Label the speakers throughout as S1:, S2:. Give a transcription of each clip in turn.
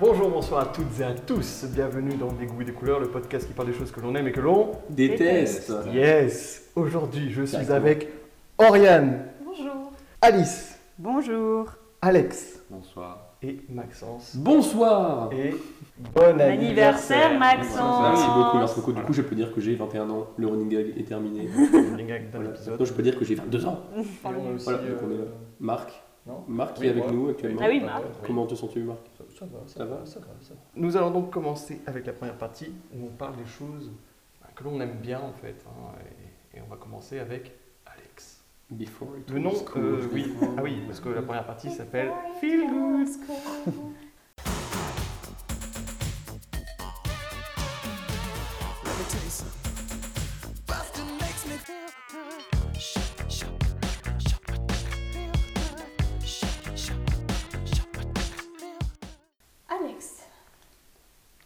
S1: Bonjour, bonsoir à toutes et à tous. Bienvenue dans Des goûts et des couleurs, le podcast qui parle des choses que l'on aime et que l'on
S2: Déteste.
S1: Yes. Aujourd'hui, je suis
S2: Exactement.
S1: avec Oriane,
S3: Bonjour.
S1: Alice,
S3: Bonjour.
S1: Alex
S2: Bonsoir.
S1: et Maxence.
S2: Bonsoir.
S1: Et bon
S3: Bon anniversaire, Maxence.
S2: Merci beaucoup, merci beaucoup. Du coup, je peux dire que j'ai 21 ans, le running gag est terminé.
S1: Running gag d'un
S2: Voilà.
S1: épisode.
S2: Maintenant, je peux dire que j'ai 22 ans.
S1: Et on a aussi,
S2: Voilà, donc on est là.
S1: euh,
S2: Marc,
S1: non
S2: Marc qui
S1: Oui,
S2: est avec
S1: moi.
S2: nous actuellement.
S3: Ah oui, Marc.
S2: Comment te sens-tu, Marc
S1: Ça va,
S2: Ça va
S1: ça va, ça va. Nous allons donc commencer avec la première partie où on parle des choses bah, que l'on aime bien en fait. hein, et, et on va commencer avec Alex.
S2: Before it
S1: Le nom,
S2: was cool.
S1: euh, oui, ah oui, parce que la première partie s'appelle Feel Good.
S3: Alex.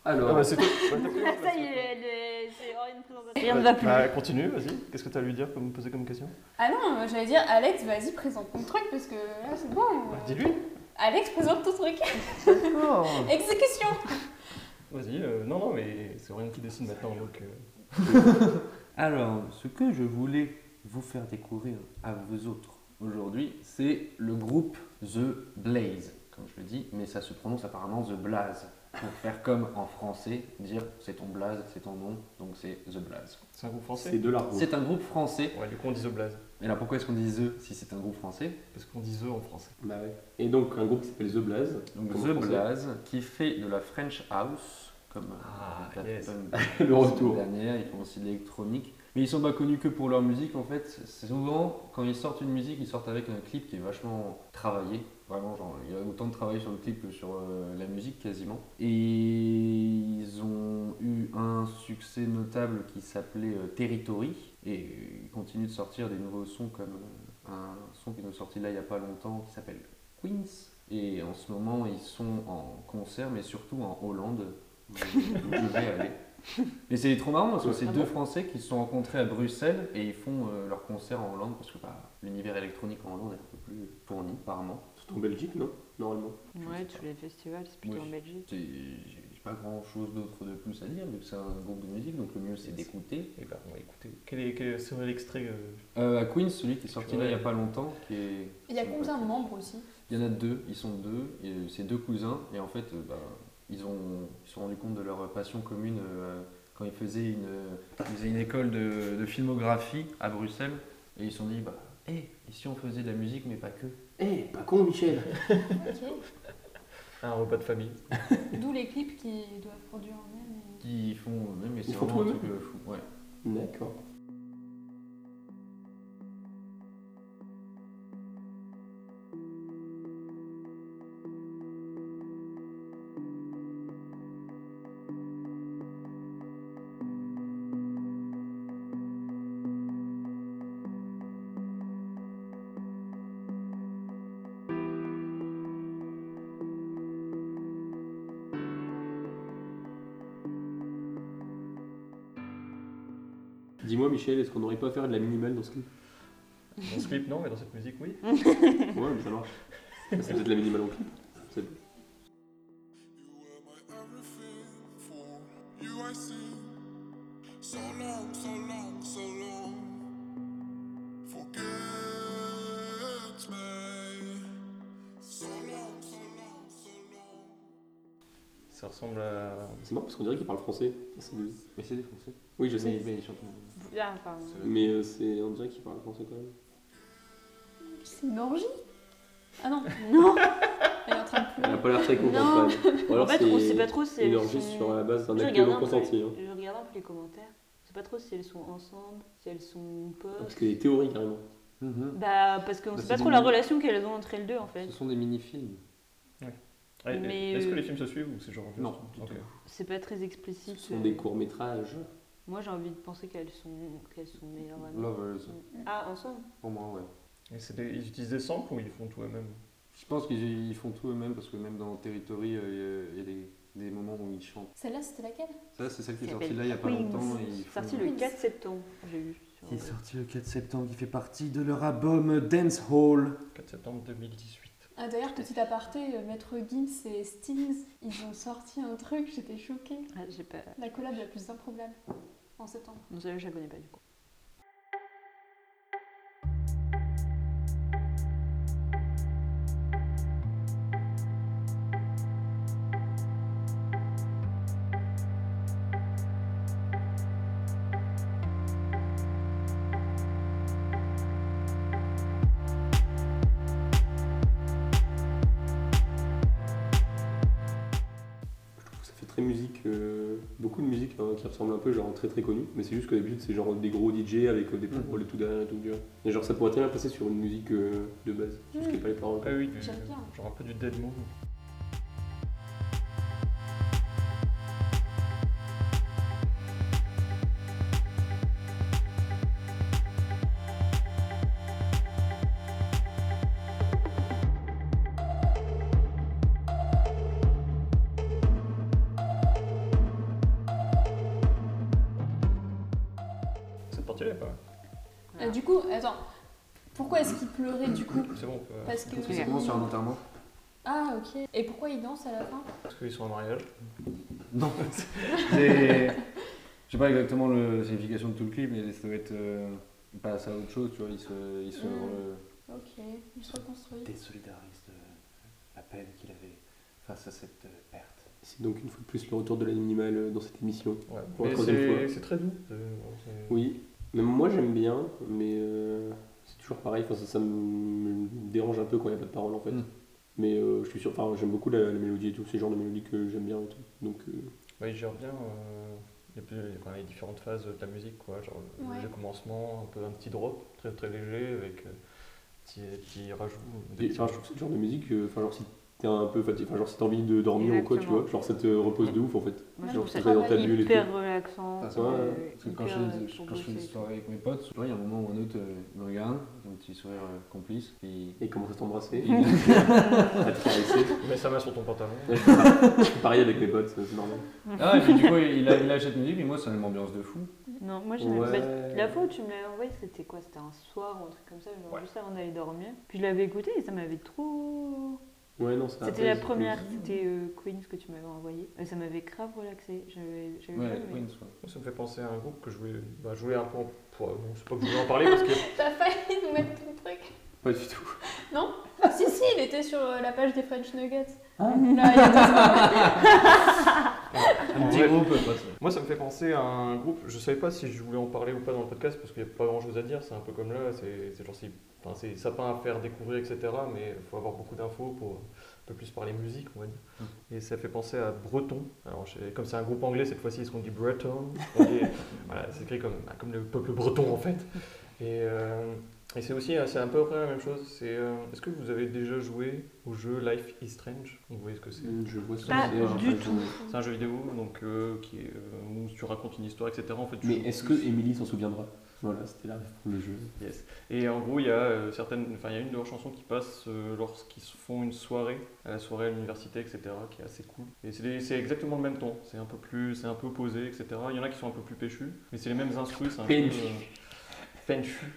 S1: Ah
S2: Alors,
S1: bah, c'est toi. Ouais, t'as pris la
S3: Ça
S1: place.
S3: y est, elle est- c'est hors une présentation. On ne va plus.
S1: Bah, continue, vas-y. Qu'est-ce que tu as à lui dire, comme poser comme question
S4: Ah non, euh, j'allais dire Alex, vas-y, présente ton truc parce que là c'est bon. euh.
S1: Bah, Dis-lui.
S4: Alex, présente ton truc.
S1: Oh.
S4: Exécution.
S1: Vas-y. euh, non, non, mais c'est rien qui décide maintenant, donc. euh,
S5: Alors, ce que je voulais vous faire découvrir à vous autres aujourd'hui, c'est le groupe The Blaze, comme je le dis, mais ça se prononce apparemment The Blaze. Pour faire comme en français, dire c'est ton blaze, c'est ton nom, donc c'est The Blaze.
S1: c'est un groupe
S2: c'est
S1: français.
S2: de l'argot.
S5: C'est un groupe français.
S1: Ouais, du coup, on dit The Blaze
S5: Mais alors pourquoi est-ce qu'on dit The si c'est un groupe français
S1: parce qu'on dit The en français.
S2: Bah ouais. Et donc, un groupe qui s'appelle The Blaze.
S5: Donc
S2: comme
S5: The
S2: français.
S5: Blaze qui fait de la French House, comme euh,
S1: Ah,
S5: Daft
S1: yes.
S5: Punk
S2: Le
S5: La semaine
S2: retour.
S5: dernière, ils font aussi de l'électronique. Mais ils sont pas connus que pour leur musique en fait. C'est souvent quand ils sortent une musique, ils sortent avec un clip qui est vachement travaillé. Vraiment, genre, il y a autant de travail sur le clip que sur euh, la musique quasiment. Et ils ont eu un succès notable qui s'appelait euh, Territory. Et euh, ils continuent de sortir des nouveaux sons comme euh, un son qui nous est sorti là il n'y a pas longtemps qui s'appelle Queens. Et en ce moment, ils sont en concert, mais surtout en Hollande, où je vais aller. Mais c'est trop marrant parce que c'est
S1: Ah
S5: deux
S1: bon
S5: Français qui se sont rencontrés à Bruxelles et ils font euh, leur concert en Hollande parce que bah, l'univers électronique en Hollande est un peu plus fourni, apparemment.
S2: Surtout en Belgique, non Normalement.
S3: Ouais, tous les festivals, c'est plutôt
S5: Oui.
S3: en Belgique.
S5: C'est- J'ai j'ai pas grand chose d'autre de plus à dire vu que c'est un groupe de musique donc le mieux c'est d'écouter.
S1: Et ben, on va écouter. Quel est, quel serait l'extrait euh,
S5: Euh, à Queens, celui qui est sorti là il y a pas longtemps, qui est.
S4: Il y a combien de membres aussi
S5: Il y en a deux, ils sont deux, et euh, c'est deux cousins, et en fait, euh, bah, ils, ont, ils se sont rendus compte de leur passion commune euh, quand ils faisaient une, euh, ils faisaient une école de, de filmographie à Bruxelles, et ils se sont dit, bah, hé, et si on faisait de la musique, mais pas que
S2: Eh, pas con, Michel
S4: Ok.
S1: Un repas de famille.
S4: D'où les clips qui doivent produire en même.
S5: Qui font eux-mêmes, mais c'est
S2: font
S5: vraiment un
S2: tout
S5: truc euh, fou. Ouais.
S2: D'accord. Dis-moi, Michel, est-ce qu'on n'aurait pas à faire de la minimale dans ce clip
S1: Dans ce clip, non, mais dans cette musique, oui.
S2: Ouais, mais ça marche. Ça, C'est peut-être la minimale en clip. C'est bon.
S6: You were my everything for you I sing So long, so long, so long Forget me So long, so long, so long
S1: Ça ressemble à.
S2: C'est marrant parce qu'on dirait qu'il parle français. C'est des-
S5: Mais c'est des Français.
S2: Oui, je sais.
S5: Mais, mais ils chantent en-
S3: Ah, pardon.
S2: Mais euh, c'est on dirait qu'il parle français quand même.
S4: C'est une orgie Ah non,
S3: Non,
S4: elle est en train de
S2: Elle a
S4: pleurer.
S2: pas l'air très contente
S3: Non.
S2: quand même. Ou
S3: en
S2: alors
S3: fait, on sait
S2: c'est
S3: pas trop si
S2: une
S3: elles
S2: orgie
S3: sont-
S2: sur la base d'un
S3: Je
S2: acte
S3: regarde
S2: non
S3: un peu-
S2: consenti. hein.
S3: Je regarde un peu les commentaires. Je sais pas trop si elles sont ensemble, si elles sont
S2: Parce
S3: potes.
S2: que des théories carrément.
S5: Mhm.
S3: Bah, parce qu'on
S5: Bah,
S3: sait
S5: c'est
S3: pas
S5: des
S3: trop la
S5: mini-
S3: relation qu'elles ont entre elles deux en fait.
S5: Ce sont des mini-films.
S1: Ouais,
S3: Mais,
S1: Eh, Est-ce que
S3: euh,
S1: les films se suivent ou c'est genre. juste-
S5: Non, du
S1: Ok.
S5: tout.
S3: C'est pas très
S2: Ce
S3: explicite.
S2: sont
S3: euh,
S2: des courts-métrages.
S3: Moi j'ai envie de penser qu'elles sont, qu'elles sont meilleures amies.
S5: Lovers,
S3: Ah, ensemble
S5: pour moi, ouais.
S1: Et c'est des- ils utilisent des samples ou ils font tout eux-mêmes
S5: Je pense qu'ils ils font tout eux-mêmes parce que même dans Territory, euh, il y a, il y a des, des moments où ils chantent.
S4: Celle-là, c'était laquelle
S5: Ça, c'est celle qui est
S3: Ça
S5: sortie
S3: s'appelle
S5: là il y a pas
S3: Queens.
S5: longtemps. et ils
S3: C'est sorti
S5: font-
S3: le 4 septembre, j'ai vu. sur-
S5: sorti le 4 septembre, qui fait partie de leur album Dance Hall.
S1: 4 septembre 2018.
S4: Ah, D'ailleurs, petit aparté, euh, Maître Gims et Stings, ils ont sorti un truc, j'étais choquée.
S3: Ah, j'ai pas.
S4: La collab la plus improbable en septembre.
S3: Non, celle-là, je la connais pas du coup.
S2: Ça fait très musique, euh, beaucoup de musique hein, qui ressemble un peu, genre très très connue. Mais c'est juste que d'habitude, c'est genre des gros DJ avec euh, des
S1: Mhm.
S2: paroles et tout derrière et tout. tu vois. Et genre, ça pourrait très bien passer sur une musique euh, de base, juste
S3: Hmm.
S2: qu'il n'y a pas les paroles. quoi.
S1: Ah oui, du-
S4: J'aime bien.
S1: genre un peu du dead move. Cette partie-là, pas.
S4: Euh, du coup, attends, pourquoi est-ce qu'il pleurait du coup
S1: C'est bon, on peut-
S4: Parce que.
S5: Parce que c'est comment sur un enterrement
S4: Ah, ok. Et pourquoi il danse à la fin
S1: parce qu'ils sont en mariage.
S5: Non, c'est. Je sais pas exactement le- la signification de tout le clip, mais ça doit être. euh, il passe à autre chose, tu vois, il se. Il se
S4: Mm.
S5: re-
S4: Ok, il se reconstruit.
S7: désolidarise de la peine qu'il avait face à cette euh, perte.
S2: C'est donc une fois de plus le retour de l'animal euh, dans cette émission.
S1: Ouais.
S2: Pour la
S1: Mais
S2: troisième
S1: c'est-
S2: fois.
S1: C'est très doux. c'est- c'est-
S2: Oui, même moi j'aime bien, mais euh, c'est toujours pareil, enfin, ça, ça me dérange un peu quand il n'y a pas de parole en fait.
S5: Mm.
S2: Mais euh, je suis sûr, enfin, j'aime beaucoup la, la mélodie et tout, c'est le genre de mélodie que j'aime bien et tout. Donc, euh,
S1: Ouais, Bah, il gère bien euh, les, plus- enfin, les différentes phases de la musique, quoi. Genre le-
S4: Ouais.
S1: le commencement, un peu un petit drop, très très léger, avec euh, petit, petit rajout.
S2: et,
S1: des petits-
S2: enfin, je trouve que c'est le genre de musique, euh, enfin, genre si t'es un peu fatigué, enfin, genre si t'as envie de dormir ou quoi, tu
S3: Exactement.
S2: vois, genre ça te repose de ouf en fait.
S3: Moi,
S4: Ouais,
S3: je
S2: Genre
S3: trouve
S4: donc
S3: ça
S2: tu vas dans ta
S4: travaille
S2: bulle et tout.
S3: hyper relaxant.
S5: Enfin,
S2: ça va,
S3: euh,
S5: hein. Parce que quand je,
S3: hyper, euh,
S5: fais,
S3: pour
S5: quand je fais des
S3: bosser.
S5: soirées avec mes potes, souvent, il y a un moment ou un autre, euh, ils me regardent, un petit sourire euh, complice, puis
S2: Et commence à t'embrasser,
S5: Mmh.
S2: à te caresser.
S1: Mets sa main sur ton pantalon.
S2: Ouais, je fais pareil- je fais pareil avec mes potes, c'est normal.
S5: Ah, et puis du coup, il, a- il achète musique, mais moi, ça a une ambiance de fou.
S3: Non, moi, je
S2: Ouais.
S3: l'avais pas- La fois où tu me l'avais envoyé, c'était quoi C'était un soir ou un truc comme ça, genre juste avant d'aller dormir. Puis je l'avais écouté et ça m'avait trop.
S2: Ouais, non, ça
S3: C'était la
S2: apaise.
S3: première, c'était euh, Queens que tu m'avais envoyé. Et ça m'avait grave relaxé. J'avais
S8: Mm.
S3: j'avais
S5: Ouais,
S3: pas aimé.
S5: Queens, ouais.
S1: Ça me fait penser à un groupe que je voulais, bah, je voulais un peu en... pour- euh, bon, c'est pas que je voulais en parler parce que...
S4: T'as failli nous mettre ton truc
S2: Pas du tout.
S4: Si, si, il était sur euh, la page des French Nuggets. Là, il y a deux
S5: Un petit
S1: Ouais.
S5: groupe, pas ça.
S1: Moi, ça me fait penser à un groupe, je savais pas si je voulais en parler ou pas dans le podcast parce qu'il n'y a pas grand chose à dire, c'est un peu comme là, c'est c'est genre, c'est enfin, c'est sapin à faire découvrir, etc. Mais il faut avoir beaucoup d'infos pour un peu plus parler musique, on va dire. Et ça fait penser à Breton. Alors, je sais- comme c'est un groupe anglais, cette fois-ci, ils qu'on dit Breton. Et voilà, c'est écrit comme, bah, comme le peuple breton en fait. Et, euh, et c'est aussi, euh, c'est un peu près la même chose. C'est, euh, Est-ce que vous avez déjà joué au jeu Life is Strange Vous voyez ce que c'est
S2: Je vois ce que
S3: Pas
S2: c'est, hein,
S3: du
S2: après, je-
S3: tout.
S1: c'est un jeu vidéo donc, euh, qui est, euh, où tu racontes une histoire, etc. En fait, tu
S2: Mais
S1: joues
S2: est-ce que
S1: plus.
S2: Émilie s'en souviendra Voilà, c'était là pour le jeu.
S1: Yes. Et en gros, il y, a, euh, certaines... enfin, il y a une de leurs chansons qui passe euh, lorsqu'ils se font une soirée, à la soirée à l'université, etc., qui est assez cool. Et c'est des- c'est exactement le même ton, c'est un peu plus, c'est un peu posé, etc. Il y en a qui sont un peu plus péchus, mais c'est les mêmes instrus, c'est un peu...
S2: Pénchu.
S1: euh,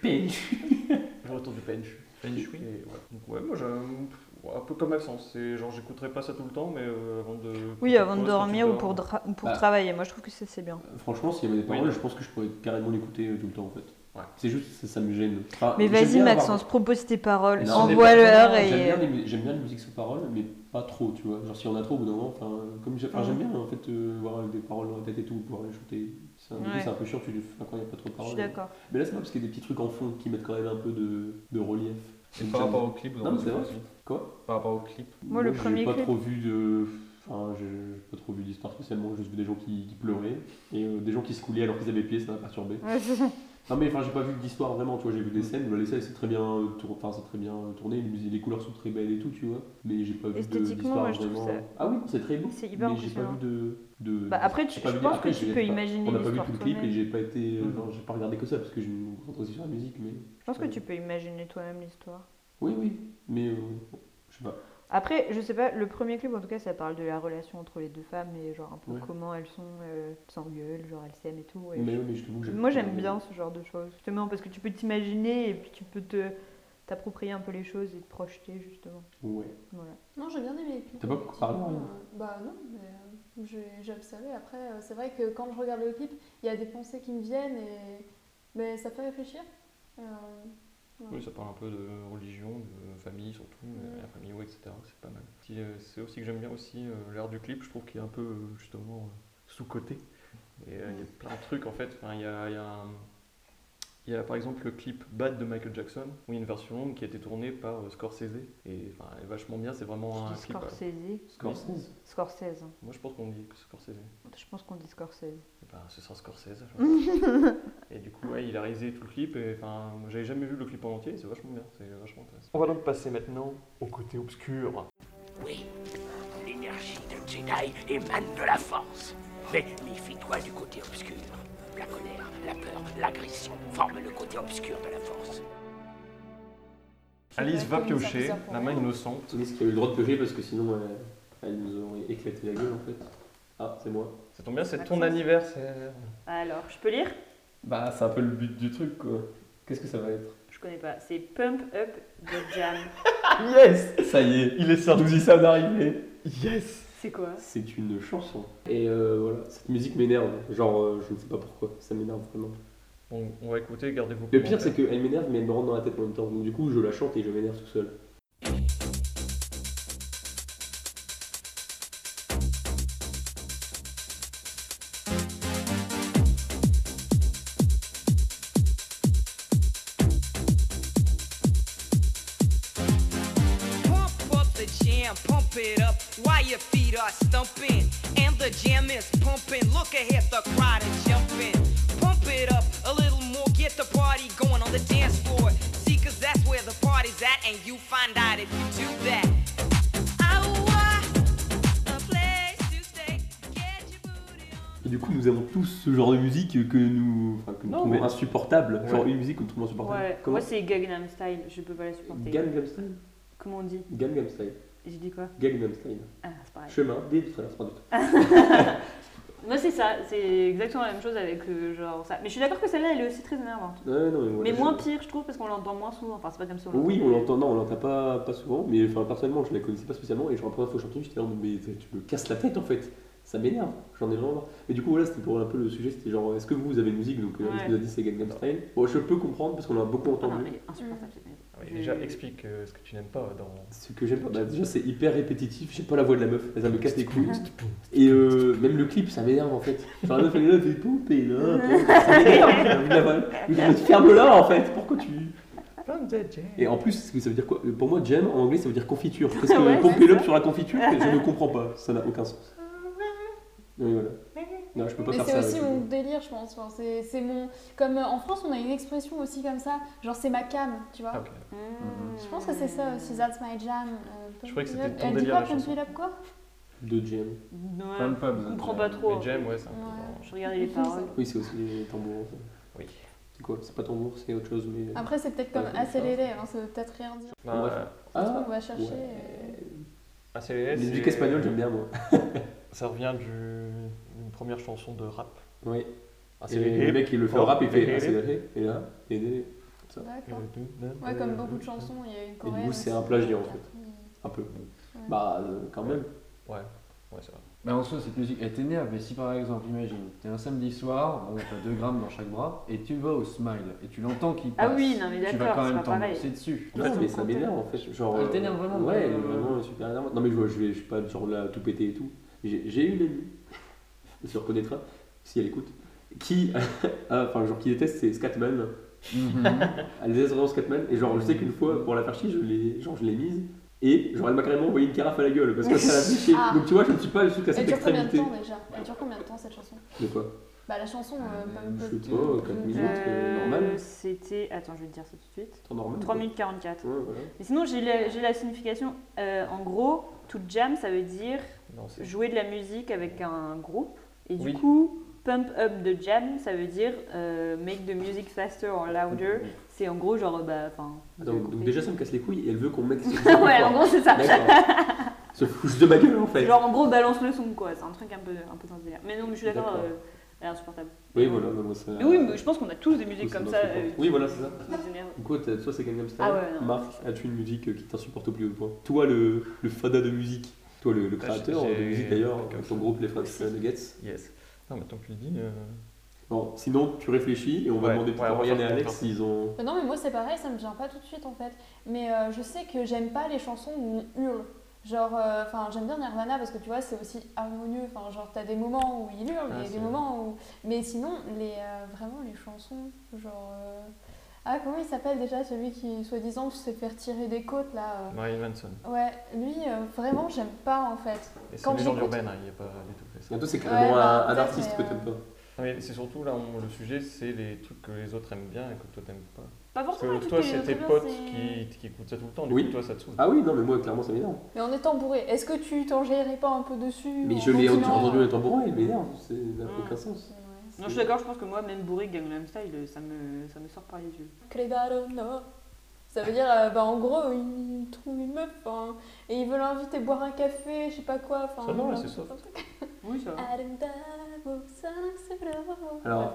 S1: Pénchu. Le retour du pénchu. Pénchu. Et voilà. Donc ouais, moi j'aime... ouais, Un peu comme absence, c'est genre j'écouterai pas ça tout le temps, mais euh, avant de.
S8: Oui, avant de
S1: quand tu
S8: dormir ou
S1: dors. hein.
S8: pour, dra- ou pour
S2: Bah.
S8: travailler. Moi, je trouve que ça, c'est bien.
S2: Franchement, s'il y avait des
S1: Oui,
S2: paroles,
S1: non.
S2: je pense que je pourrais carrément l'écouter euh, tout le temps en fait.
S1: Ouais.
S2: C'est juste, ça, ça me gêne. Enfin,
S8: Mais
S2: Ah, j'aime
S8: vas-y,
S2: bien avoir-
S8: Maxence, propose tes paroles.
S2: Non, mais-
S8: Envoie-leur
S2: J'aime
S8: et. euh,
S2: bien, les, j'aime bien les musiques sans paroles, mais pas trop, tu vois. Genre, si on a trop au bout d'un moment, enfin, comme j'ai- enfin, j'aime bien en fait euh, voir des paroles dans la tête et tout, pouvoir les shooter. C'est un, du coup,
S8: Ouais.
S2: c'est un peu chiant tu, enfin, quand il n'y a pas trop de
S8: Je suis
S2: paroles.
S8: d'accord.
S2: Mais là, c'est pas parce qu'il y a des petits trucs en fond qui mettent quand même un peu de, de relief.
S5: Et
S2: Donc,
S5: par
S2: j'aime-
S5: rapport au clip, vous en
S2: Non, mais
S5: pensez
S2: c'est
S5: quoi
S2: vrai.
S5: aussi
S2: Quoi
S5: Par rapport au clip.
S8: Moi, le
S2: j'ai
S8: premier
S2: pas
S8: clip.
S2: trop vu de. Enfin, j'ai j'ai pas trop vu d'histoire spécialement, j'ai juste vu des gens qui, qui pleuraient et euh, des gens qui se coulaient alors qu'ils avaient pied, ça m'a perturbé. Non mais enfin j'ai pas vu d'histoire vraiment, tu vois, j'ai vu des scènes, mais les scènes c'est très bien euh, tour- enfin c'est très bien euh, tourné, les, musiques- les couleurs sont très belles et tout, tu vois. Mais j'ai pas vu de-
S8: Esthétiquement,
S2: d'histoire
S8: moi, je trouve
S2: vraiment.
S8: ça-
S2: Ah oui, c'est très beau.
S8: C'est hyper
S2: mais j'ai pas
S8: impressionnant.
S2: vu de, de-
S8: Bah, après, tu-
S2: j'ai pas
S8: je
S2: vu-
S8: pense
S2: après,
S8: que
S2: je
S8: tu
S2: l'ai
S8: peux
S2: pas-
S8: imaginer
S2: On n'a pas vu
S8: l'histoire
S2: tout le clip et
S8: toi-même.
S2: j'ai pas été euh,
S5: Mhm.
S2: non, j'ai pas regardé que ça parce que je me concentre aussi sur la musique mais
S8: Je pense que tu peux imaginer toi-même l'histoire.
S2: oui oui, mais euh, je sais pas.
S8: Après, je sais pas, le premier clip, en tout cas, ça parle de la relation entre les deux femmes et genre un peu
S2: Ouais.
S8: comment elles sont, euh, s'engueulent, genre elles s'aiment et tout. et
S2: Mais
S8: je-
S2: oui, mais je t'avoue que j'ai pas
S8: Moi j'aime
S2: regardé.
S8: bien ce genre de choses, justement parce que tu peux t'imaginer et puis tu peux te t'approprier un peu les choses et te projeter justement.
S2: Ouais.
S8: Voilà.
S4: Non, j'ai bien aimé. et puis,
S2: T'as pas
S4: effectivement,
S2: parlé, rien
S4: euh, Bah non, mais euh, j'ai- j'ai observé. Après, euh, c'est vrai que quand je regarde le clip, il y a des pensées qui me viennent et mais ça fait réfléchir. Euh,
S1: Oui, ça parle un peu de religion, de famille surtout,
S4: Mm.
S1: la famille, ouais, etc. C'est pas mal. Puis, euh, C'est aussi que j'aime bien aussi euh, l'air du clip, je trouve qu'il est un peu euh, justement euh, sous-coté. Et euh, il y a plein de trucs en fait. Enfin, Il y a, il y a un- il y a, par exemple le clip Bad de Michael Jackson, où il y a une version longue qui a été tournée par euh, Scorsese. Et enfin, elle est vachement bien, c'est vraiment
S8: Je
S1: un
S8: dis
S1: clip. à-
S8: Scorsese.
S1: Scorsese
S8: Scorsese. hein.
S1: Moi je pense qu'on dit Scorsese.
S8: Je pense qu'on dit Scorsese.
S1: Eh ben, ce sera Scorsese. alors. et du coup, ouais, il a réalisé tout le clip. Et enfin, j'avais jamais vu le clip en entier. C'est vachement bien. C'est vachement intéressant. On va donc passer maintenant au côté obscur.
S9: Oui, l'énergie d'un Jedi émane de la force. Mais méfie-toi du côté obscur. La colère, la peur, l'agression forment le côté obscur de la force.
S1: Alice va
S4: Comme ça,
S1: piocher,
S4: bizarre pour
S1: la main innocente.
S2: Alice qui a eu le droit de piocher parce que sinon euh, elle, nous aurait éclaté la gueule en fait. Ah, c'est moi.
S1: Ça tombe bien, c'est ton
S8: Maxence.
S1: anniversaire.
S8: Alors, je peux lire
S2: Bah, c'est un peu le but du truc quoi. Qu'est-ce que ça va être
S8: Je connais pas. C'est Pump Up de Jam.
S2: Yes Ça y est,
S1: Il est
S2: nous y sommes arrivés.
S1: Yes
S8: C'est quoi
S2: C'est une chanson. Et euh, voilà, cette musique m'énerve. Genre, euh, je ne sais pas pourquoi, ça m'énerve vraiment.
S1: Bon, on va écouter, gardez vos
S2: Le pire, c'est qu'elle m'énerve, mais elle me rentre dans la tête en même temps. Donc, du coup, je la chante et je m'énerve tout seul.
S9: Pump up the jam, pump it up while your feet are stumping. And the jam is pumping. Look ahead, the crowd is jumping. Pump it up a little more, get the party going on the dance floor. See, cause that's where the party's at, and you find out if you do that. Awa, a place to stay. Get your booty on.
S2: Et du coup, nous avons tous ce genre de musique que nous, enfin, que nous
S1: Non,
S2: trouvons
S1: mais-
S2: insupportable.
S1: Ouais.
S2: Genre une musique que nous trouvons insupportable.
S3: Ouais,
S2: Comment
S3: moi c'est Gangnam Style, je peux pas la supporter.
S2: Gangnam Style
S3: Comment on dit
S2: Gangnam Style.
S3: J'ai dit quoi
S2: Gangnam Style.
S3: Ah, c'est pareil.
S2: Chemin, dès tout à l'heure, c'est pas du tout.
S3: Moi c'est ça, c'est exactement la même chose avec euh, genre ça. Mais je suis d'accord que celle-là elle est aussi très énervante.
S2: Ouais, non, mais voilà,
S3: mais
S2: je-
S3: moins pire je trouve parce qu'on l'entend moins souvent. Enfin c'est pas comme ça.
S2: Oui, on l'entend, non, on l'entend pas, pas souvent, mais enfin, personnellement, je la connaissais pas spécialement, et genre, la première fois que j'entendais, j'étais là, en mode, mais tu me casses la tête en fait, ça m'énerve, j'en ai vraiment marre. Et du coup, voilà, c'était pour un peu le sujet, c'était genre, est-ce que vous, vous avez une musique Donc, euh,
S3: Ouais.
S2: tu nous as dit c'est Gangnam Style. Bon, je peux comprendre parce qu'on a beaucoup
S3: Ah non,
S2: entendu.
S3: elle est insupportable cette musique.
S1: Ah déjà,
S3: Je-
S1: explique euh, ce que tu n'aimes pas dans.
S2: Ce que j'aime pas, bah, déjà, c'est hyper répétitif, j'ai pas la voix de la meuf, ça me casse les
S3: Ah,
S2: couilles. Et euh, même le clip, ça m'énerve en fait. Genre, la meuf, elle est là, elle fait pompe, et là, pompe. ça m'énerve, j'ai envie de la voir. Mais je me dis, ferme-la en fait, pourquoi tu. Et en plus, ça veut dire quoi Pour moi, jam en anglais, ça veut dire confiture. Parce que
S3: Ouais,
S2: pomper
S3: c'est
S2: l'op
S3: ça.
S2: sur la confiture, je ne comprends pas. Ça n'a aucun sens. Oui, voilà. Non, je peux pas
S4: Mais
S2: faire
S4: c'est
S2: ça.
S4: aussi
S2: avec-
S4: mon délire, je pense. Enfin, c'est c'est mon. Comme euh, en France, on a une expression aussi comme ça, genre c'est ma cam, tu vois.
S1: Ah, ok.
S4: Mmh.
S2: Mmh.
S4: Je pense que c'est ça aussi, that's my jam. euh,
S1: Je croyais que c'était
S4: pump it up.
S1: ton
S4: Elle dit
S1: délire,
S4: quoi,
S1: la
S4: pump
S1: chanson.
S4: it up quoi
S2: De jam.
S3: Ouais,
S5: Pump up,
S3: je
S5: ça,
S3: comprends
S5: c'est-
S3: pas trop.
S1: Mais Jam, ouais, c'est un peu.
S4: Ouais.
S3: Je regardais les paroles.
S2: Oui, c'est aussi les tambours. ça.
S1: Oui.
S2: C'est quoi C'est pas tambour, c'est autre chose. Mais...
S4: Après, c'est peut-être
S2: Ouais,
S4: comme
S2: comme ça.
S4: accéléré, hein, ça veut peut-être rien dire.
S1: Ben,
S2: Bref.
S1: euh,
S4: On
S2: Ah
S4: va chercher. euh,
S2: ouais.
S1: ah, c'est- c'est-
S2: Musique espagnole, j'aime bien moi.
S1: Ça revient du- d'une première chanson de rap.
S2: Oui.
S1: Ah, c'est
S2: Et le mec, il le fait en
S1: Oh,
S2: rap, il fait
S1: et-
S2: accéléré. Et là, et et-
S4: D'accord. Ouais, comme beaucoup de chansons, il y a une coréenne.
S2: coup, c'est
S4: aussi, euh,
S2: un plagiat, en
S4: qui a
S2: fait.
S4: pris-
S2: un peu.
S4: Ouais.
S2: Bah, euh, quand même.
S1: Ouais, ouais, ça va.
S5: Bah en soi, cette musique, elle t'énerve, mais si par exemple, imagine, t'es un samedi soir, bon, t'as 2 grammes dans chaque bras, et tu vas au smile, et tu l'entends qui
S3: Ah
S5: passe.
S3: oui, non, mais
S5: tu vas
S3: d'accord,
S5: quand
S3: c'est
S5: même
S3: pas pareil.
S5: t'embrasser dessus.
S2: Non, mais ça m'énerve en fait. Genre,
S5: Elle
S2: euh,
S5: t'énerve vraiment,
S2: Ouais, elle est
S5: euh,
S2: vraiment super énervante. Non, mais je, vois, je, vais, je suis pas genre là tout pété et tout. J'ai j'ai une amie, elle se reconnaîtra, si elle écoute, qui, ah, enfin, genre, qui déteste, c'est Scatman. Elle déteste vraiment Scatman. Et genre, je sais qu'une fois, pour la faire chier, je l'ai genre, je l'ai mise. Et genre, elle m'a carrément envoyé une carafe à la gueule parce que ça l'a fait chier.
S4: Ah.
S2: Donc tu vois, je ne suis pas jusqu'à
S4: Elle
S2: cette
S4: dure combien de
S2: extrémité.
S4: temps déjà Elle dure combien de temps cette chanson
S2: De quoi
S4: Bah, la chanson, euh,
S5: Euh,
S4: Pump
S2: Je
S4: Up.
S2: sais pas, 4 minutes, euh, normal.
S3: C'était. Attends, je vais te dire ça tout de suite.
S2: Temps normal.
S3: 3
S2: quoi.
S3: minutes 44.
S2: Ouais, voilà.
S3: Mais sinon, j'ai la, j'ai la signification. euh, en gros, tout jam, ça veut dire
S1: Non, c'est.
S3: jouer de la musique avec un groupe. Et du
S1: Oui.
S3: coup, pump up de jam, ça veut dire euh, make the music faster or louder. C'est en gros, genre, bah, enfin. vous avez
S2: Attends, Ah, donc
S3: compris.
S2: déjà, ça me casse les couilles et elle veut qu'on mette.
S3: ouais, en gros, c'est ça.
S2: D'accord. Se fouche de ma gueule en fait.
S3: Genre, en gros, balance le son, quoi. C'est un truc un peu, un peu dans le délire. Mais non, mais je suis d'accord.
S2: D'accord.
S3: euh, Elle est insupportable.
S2: Oui, voilà, non, moi, ça.
S3: Mais oui, mais je pense qu'on a tous des musiques
S2: Ça
S3: comme
S2: doit
S3: ça.
S2: se comprendre.
S3: euh,
S2: Oui, voilà, c'est ça.
S3: qui nous énervent.
S2: Du coup, t'as- toi, c'est Gangnam Style.
S3: Ah ouais, non.
S2: Marc, as-tu une musique euh, qui t'insupporte au plus haut point Toi, le, le fada de musique. Toi, le, le
S1: Ah,
S2: créateur
S1: j'ai-
S2: de musique d'ailleurs,
S1: j'ai-
S2: ton groupe Les Frères Nuggets.
S1: Yes. Non, mais tant que tu le dis. euh,
S2: Bon, sinon, tu réfléchis et on va
S1: Ouais,
S2: demander
S1: ouais,
S2: pourquoi
S1: on va
S2: Ryan et
S1: faire le
S2: Alex
S1: compteur.
S2: s'ils ont.
S4: Non, mais moi c'est pareil, ça me vient pas tout de suite en fait. Mais euh, je sais que j'aime pas les chansons où on hurle. Genre, euh, enfin, j'aime bien Nirvana parce que tu vois, c'est aussi harmonieux. Enfin, genre, t'as des moments où il hurle
S1: Ah,
S4: et des
S1: c'est-
S4: moments où. Mais sinon, les, euh, vraiment les chansons, genre. euh, Ah, comment il s'appelle déjà celui qui, soi-disant, se fait faire tirer des côtes là
S1: Marilyn Manson.
S4: euh. Ouais, lui, euh, vraiment, j'aime pas en fait.
S1: Et c'est
S4: Quand
S1: une légende
S4: j'écoute-
S1: urbaine, hein, il n'y a pas du tout fait ça.
S2: Et toi, c'est carrément
S4: Ouais,
S2: un,
S4: bah,
S2: un
S4: peut-être,
S2: artiste que
S4: mais,
S2: t'aimes
S4: euh,
S2: pas.
S1: Non, mais c'est surtout là, on- le sujet, c'est les trucs que les autres aiment bien et que toi, t'aimes pas.
S3: Pas
S1: Parce
S3: forcément.
S1: que
S4: Ah,
S3: tout
S1: toi,
S3: est-
S1: c'est
S3: tout
S1: tes
S3: bien,
S1: potes
S3: c'est-
S1: qui, qui écoutent ça tout le temps. Du
S2: Oui.
S1: coup, toi, ça te saoule.
S2: Ah oui, non, mais moi, clairement, ça m'énerve.
S4: Mais on est tambouré. Est-ce que tu t'en gérerais pas un peu dessus
S2: Mais
S4: en
S2: je l'ai
S4: continuant
S3: euh,
S2: entendu un tambourin, il m'énerve, c'est- ça n'a
S3: Mm.
S2: aucun sens.
S4: Ouais.
S3: Non, je suis d'accord, je pense que moi, même bourré Gangnam Style, euh, ça me, ça me sort par les yeux.
S4: Credaro no. Ça veut dire, euh, bah, en gros, ils trouvent une meuf hein, et ils veulent l'inviter boire un café, je sais pas quoi. enfin,
S1: Ça va,
S4: ils
S1: c'est
S4: l'invitent
S1: soft.
S4: un truc.
S3: Oui, ça va.
S4: Arendabo, Sansoro.
S2: Alors,